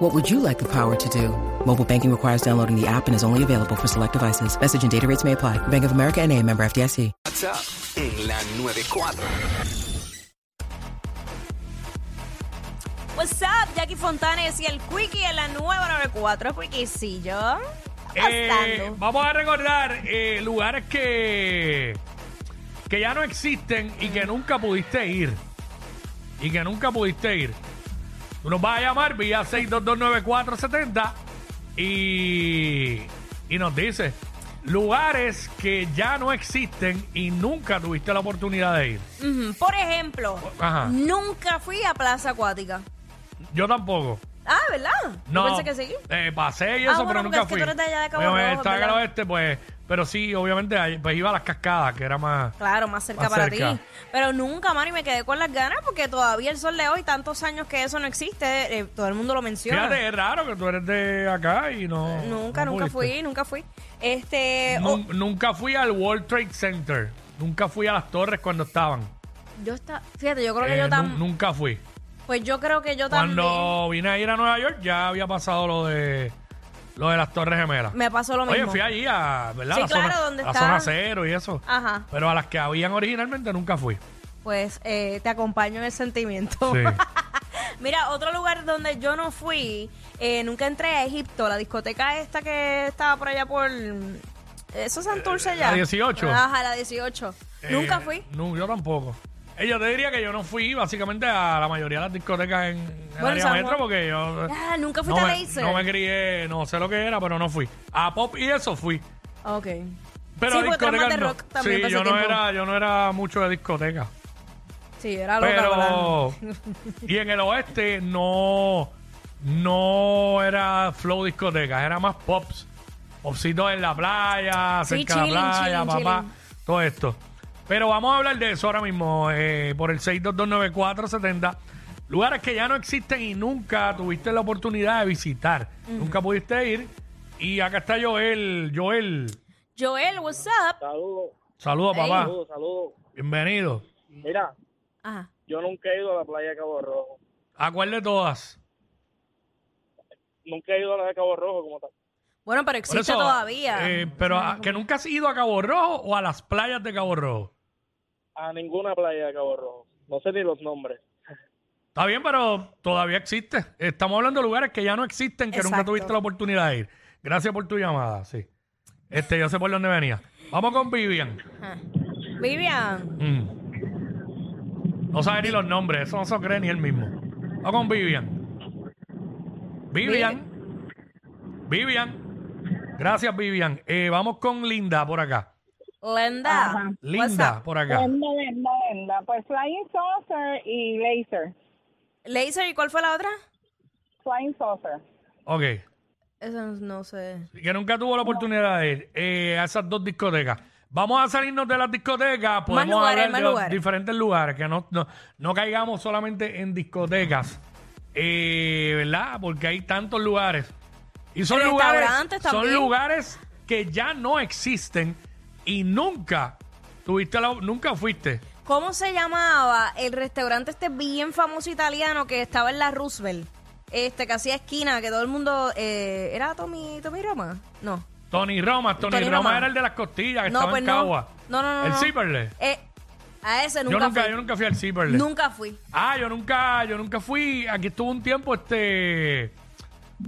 What would you like the power to do? Mobile banking requires downloading the app and is only available for select devices. Message and data rates may apply. Bank of America and a member FDIC. WhatsApp en la 94. What's up, Jackie Fontanes y el Quickie en la nueva 94 Quickiecillo. Eh, Pasando. vamos a recordar eh, lugares que, que ya no existen y que nunca pudiste ir. Y que nunca pudiste ir. Tú nos vas a llamar vía 6229470 y, y nos dice lugares que ya no existen y nunca tuviste la oportunidad de ir. Ujú, Por ejemplo, Ajá. nunca fui a Plaza Acuática. Yo tampoco. Ah, ¿verdad? Yo No. pensé que sí. Eh, pasé y Ah, eso, bueno, pero porque nunca es que fui. tú eres de allá de Cabo Bueno, Rojo, estaba en el ¿verdad? oeste, pues. Pero sí, obviamente, ahí, pues iba a las cascadas, que era más. Claro, más cerca Más para cerca. ti. Pero nunca, Mari, me quedé con las ganas porque todavía el sol de hoy, tantos años que eso no existe, eh, todo el mundo lo menciona. Fíjate, es raro que tú eres de acá y no. Nunca, no nunca pudiste. fui, nunca fui. Este, Nun- oh, Nunca fui al World Trade Center. Nunca fui a las torres cuando estaban. yo está, fíjate, yo creo que Eh, yo nu- también, nunca fui. pues yo creo que yo también Cuando vine a ir a Nueva York ya había pasado lo de lo de las torres gemelas. me pasó lo mismo. Oye, fui allí a, ¿verdad? Sí, la claro, zona, donde la está- zona cero y eso. Ajá. Pero a las que habían originalmente nunca fui. Pues eh, te acompaño en el sentimiento. Sí. Mira, otro lugar donde yo no fui, eh, nunca entré a Egipto, la discoteca esta que estaba por allá por... eh, Eso es Santurce ya. Eh, la 18. Ajá, la 18. nunca Eh, fui. No, yo tampoco. Eh, yo te diría que yo no fui básicamente a la mayoría de las discotecas en, en el Bueno, área San Juan. metro porque yo... Ah, nunca fuiste no a me, Laser. no me crié, no sé lo que era, pero no fui. A pop y eso fui. Ok. Pero Sí, a porque tú eras más de discotecas no. rock también Sí, para ese yo no, tiempo. era, yo no era mucho de discoteca. Sí, era loca. ¿verdad? Pero... y en el oeste no... No era flow discotecas, era más pops. Popsitos en la playa, Sí, cerca de chilling, la playa, chilling, papá. chilling. Todo esto. Pero vamos a hablar de eso ahora mismo eh, por el 6229470. Lugares que ya no existen y nunca tuviste la oportunidad de visitar. Nunca pudiste ir. Y acá está Joel. Joel, Joel, what's up? Saludos, saludos, Hey. papá. saludos, saludos. Bienvenido. Mira, Ajá. yo nunca he ido a la playa de Cabo Rojo. ¿A cuál de todas? Nunca he ido a la de Cabo Rojo como tal. Bueno, pero Por existe eso, todavía. eh, pero a- que nunca has ido a Cabo Rojo o a las playas de Cabo Rojo. A ninguna playa de Cabo Rojo. No sé ni los nombres. Está bien, pero todavía existe. Estamos hablando de lugares que ya no existen, que nunca Exacto. tuviste la oportunidad de ir. Gracias por tu llamada, sí. Este, yo sé por dónde venía. Vamos con Vivian. Ajá. Vivian, Mm. No sabe ni los nombres, eso no se lo cree ni él mismo. Vamos con Vivian. Vivian. Vivian. Gracias, Vivian. Eh, vamos con Linda por acá. Linda. Ajá. what's Linda up? por acá. Linda, linda, linda. Pues Flying Saucer y Laser. Laser, ¿y cuál fue la otra? Flying Saucer. Ok. Eso no sé. Que nunca tuvo la oportunidad de ir eh, a esas dos discotecas. Vamos a salirnos de las discotecas, podemos lugares, hablar más de los lugares. diferentes lugares, que no, no, no caigamos solamente en discotecas, eh, ¿verdad? Porque hay tantos lugares. Y son lugares, Restaurantes son también. lugares que ya no existen y nunca tuviste la, nunca fuiste. ¿Cómo se llamaba el restaurante este bien famoso italiano que estaba en la Roosevelt? Este, que hacía esquina, que todo el mundo... eh, ¿Era Tommy, Tommy Roma? No. Tony Roma, Tony, Tony Roma, Roma. era el de las costillas que no, estaba pues en no. Cagua. No, no, no. El no. Zipperle. Eh, a ese Yo nunca nunca, fui. yo nunca fui al Zipperle. Nunca fui. Ah, yo nunca, yo nunca fui. Aquí estuvo un tiempo este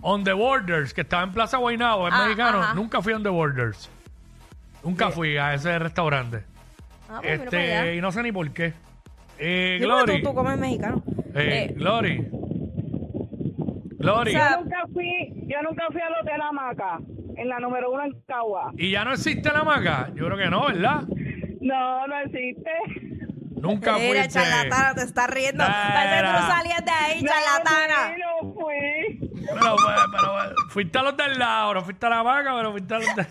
On the Borders, que estaba en Plaza Guaynabo, es Ah, mexicano. ajá. Nunca fui a On the Borders. Nunca fui a ese restaurante. Ah, pues mira para allá. este, y no sé ni por qué. Eh, Sí, porque Glory. Tú, tú comes mexicano. Eh, Eh, Glory. Glory. O sea- Yo nunca fui, yo nunca fui al Hotel Hamaca, en la número uno en Cagua. ¿Y ya no existe la maca? Yo creo que no, ¿verdad? No, no existe. Nunca fui. Mira, charlatana, te estás riendo. Nah, Parece que tú nah. salías de ahí, No, charlatana. No fui, no fui. Pero, pero, pero, fuiste a los del lado, no fuiste a la vaca, pero fuiste a los del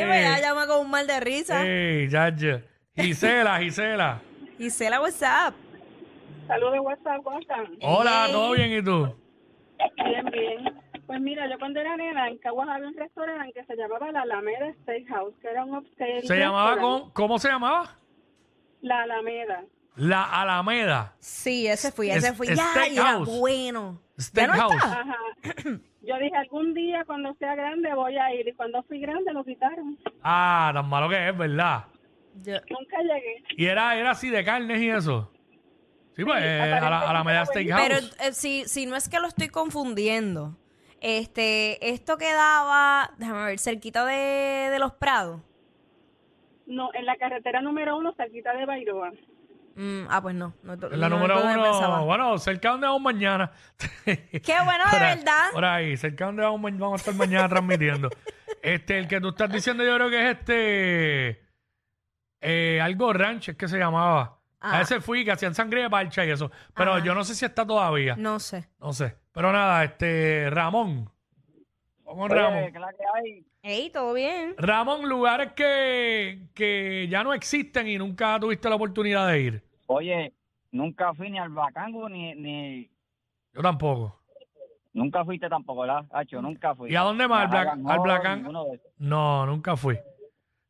Es verdad, llama con un mal de risa. Ey, chacho. Gisela, Gisela. Gisela, WhatsApp. Saludos, WhatsApp, ¿cómo están? Hola, Ey. ¿todo bien y tú? Bien, bien. Pues mira, yo cuando era nena, en Caguas había un restaurante que se llamaba La Alameda Steakhouse, que era un upscale. ¿Se llamaba restaurant. cómo, cómo se llamaba? La Alameda. La Alameda. Sí, ese fui, ese Es- fui. Ya, y era Steakhouse. bueno. ¿Ya no Steakhouse. está? Ajá. Yo dije, algún día cuando sea grande voy a ir. Y cuando fui grande lo quitaron. Ah, tan malo que es, ¿verdad? Yo- Nunca llegué. Y era, era así de carnes y eso. Sí, pues, eh, aparentemente a, la, a la media era buenísimo. steakhouse. Pero eh, si, si no es que lo estoy confundiendo, este, esto quedaba, déjame ver, cerquita de, de los Prados. No, en la carretera número uno, cerquita de Bairoa. Mm, ah, pues no. no la no, número no uno, pensaba. bueno, cerca de donde vamos mañana. Qué bueno, de Ahora- verdad. Ahora ahí, cerca de donde vamos, ma- vamos a estar mañana transmitiendo. Este, el que tú estás diciendo yo creo que es este, eh, algo ranch, es que se llamaba. Ah. A ese fui, que hacían sangre de parcha y eso. Pero Ajá. yo no sé si está todavía. No. No sé. sé. Pero nada, este, Ramón. Vamos con Ramón. Ey, todo bien. Ramón, lugares que, que ya no existen y nunca tuviste la oportunidad de ir. Oye, nunca fui ni al Bacango ni, ni Yo tampoco. nunca fuiste tampoco, ¿verdad? Hacho, nunca fui. ¿Y a dónde más? Ni ¿Al Black- Bacango, al Black Ang? ninguno de esos. No, nunca fui.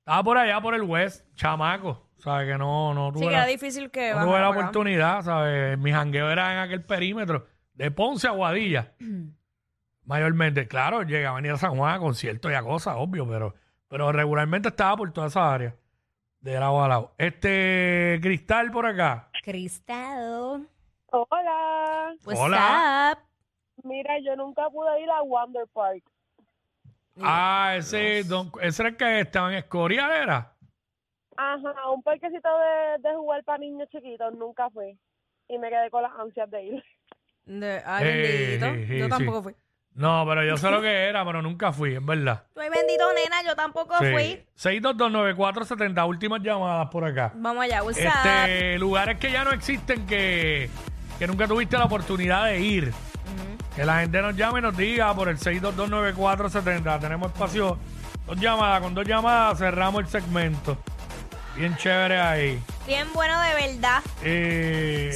Estaba por allá, por el West, chamaco. O sea, que no, Sí, no tuve, que la, era difícil que. no bajara tuve la por acá. oportunidad, ¿sabes? Mi jangueo era en aquel perímetro, de Ponce a Guadilla, mayormente. Claro, llegaba a venir a San Juan a conciertos y a cosas, obvio, pero, pero regularmente estaba por toda esa área, de lado a lado. Este, Cristal por acá. Cristado. Hola. What's Hola. up? Mira, yo nunca pude ir a Wonder Park. Ah, ese, don, ese era el que estaba en Escorial, ¿era? Ajá, un parquecito de, de jugar para niños chiquitos, nunca fui. Y me quedé con las ansias de ir. De- Ay, Eh, bendito. eh, eh, Yo sí. tampoco fui. No, pero yo sé lo que era, pero nunca fui, es verdad. Ay, bendito, nena, yo tampoco fui. Sí. 6229470, últimas llamadas por acá. Vamos allá, what's up? Este, lugares que ya no existen que, que nunca tuviste la oportunidad de ir. Que la gente nos llame y nos diga por el 6229470. Tenemos espacio. Dos llamadas, con dos llamadas cerramos el segmento. Bien chévere ahí. Bien bueno de verdad. Eh,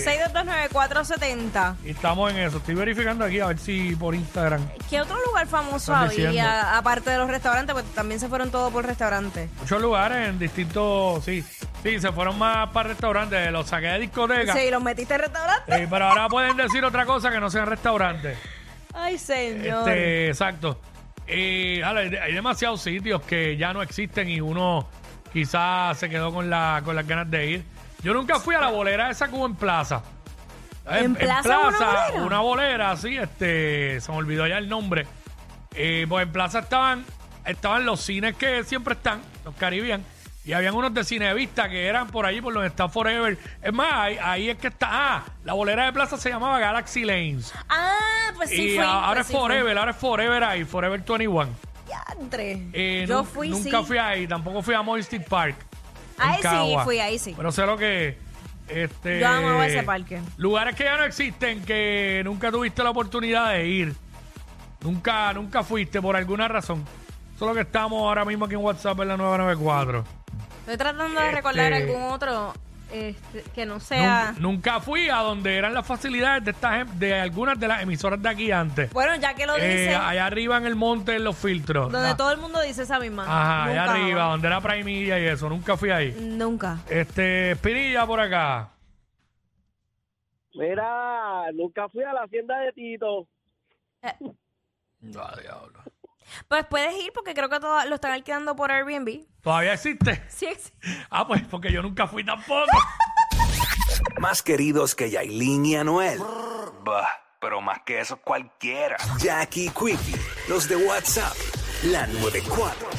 6229470. y estamos en eso. Estoy verificando aquí a ver si por Instagram. ¿Qué otro lugar famoso Están había diciendo. aparte de los restaurantes? Porque también se fueron todos por restaurantes. Muchos lugares en distintos. Sí, sí, se fueron más para restaurantes. Los saqué de discoteca. Sí, los metiste en restaurantes. Eh, pero ahora pueden decir otra cosa que no sean restaurantes. Ay, señor. Este, exacto. Y ala, hay de- hay demasiados sitios que ya no existen y uno quizás se quedó con, la, con las ganas de ir. Yo nunca fui a la bolera esa Cuba en Plaza. ¿En Plaza una bolera? una bolera, sí, este, se me olvidó ya el nombre. Eh, pues en Plaza estaban, estaban los cines que siempre están, los Caribbean, y habían unos de Cinevista que eran por allí, por los está Forever. Es más, ahí, ahí es que está, ah, la bolera de Plaza se llamaba Galaxy Lanes Ah, pues sí y fui. ahora pues es sí fui. Forever, ahora es Forever ahí, Forever 21. Diantre. Eh, Yo nun- fui, Nunca sí. fui ahí, tampoco fui a Moistic Park. en Ahí sí Cagua. fui, ahí sí. Pero sé lo que. Este, Yo amaba ese parque. Lugares que ya no existen, que nunca tuviste la oportunidad de ir. Nunca, nunca fuiste por alguna razón. Eso es lo que estamos ahora mismo aquí en WhatsApp en la 994. Estoy tratando de recordar Este- algún otro este, que no Nun- sea. nunca fui a donde eran las facilidades de, estas, em- de algunas de las emisoras de aquí antes. Bueno, ya que lo Eh, dice, allá arriba en el monte, en los filtros. donde Ah. todo el mundo dice esa misma. Ajá, allá Nunca, arriba, donde era Primilla y eso, nunca fui ahí. Nunca. Este, Espinilla por acá. Mira, nunca fui a la hacienda de Tito. Pues puedes ir porque creo que todo, lo están alquilando por Airbnb. ¿Todavía existe? Sí, sí. Ah, pues porque yo nunca fui tampoco. Más queridos que Yailin y Anuel. Bah, pero más que eso cualquiera. Jackie Quickie, los de WhatsApp, la 94.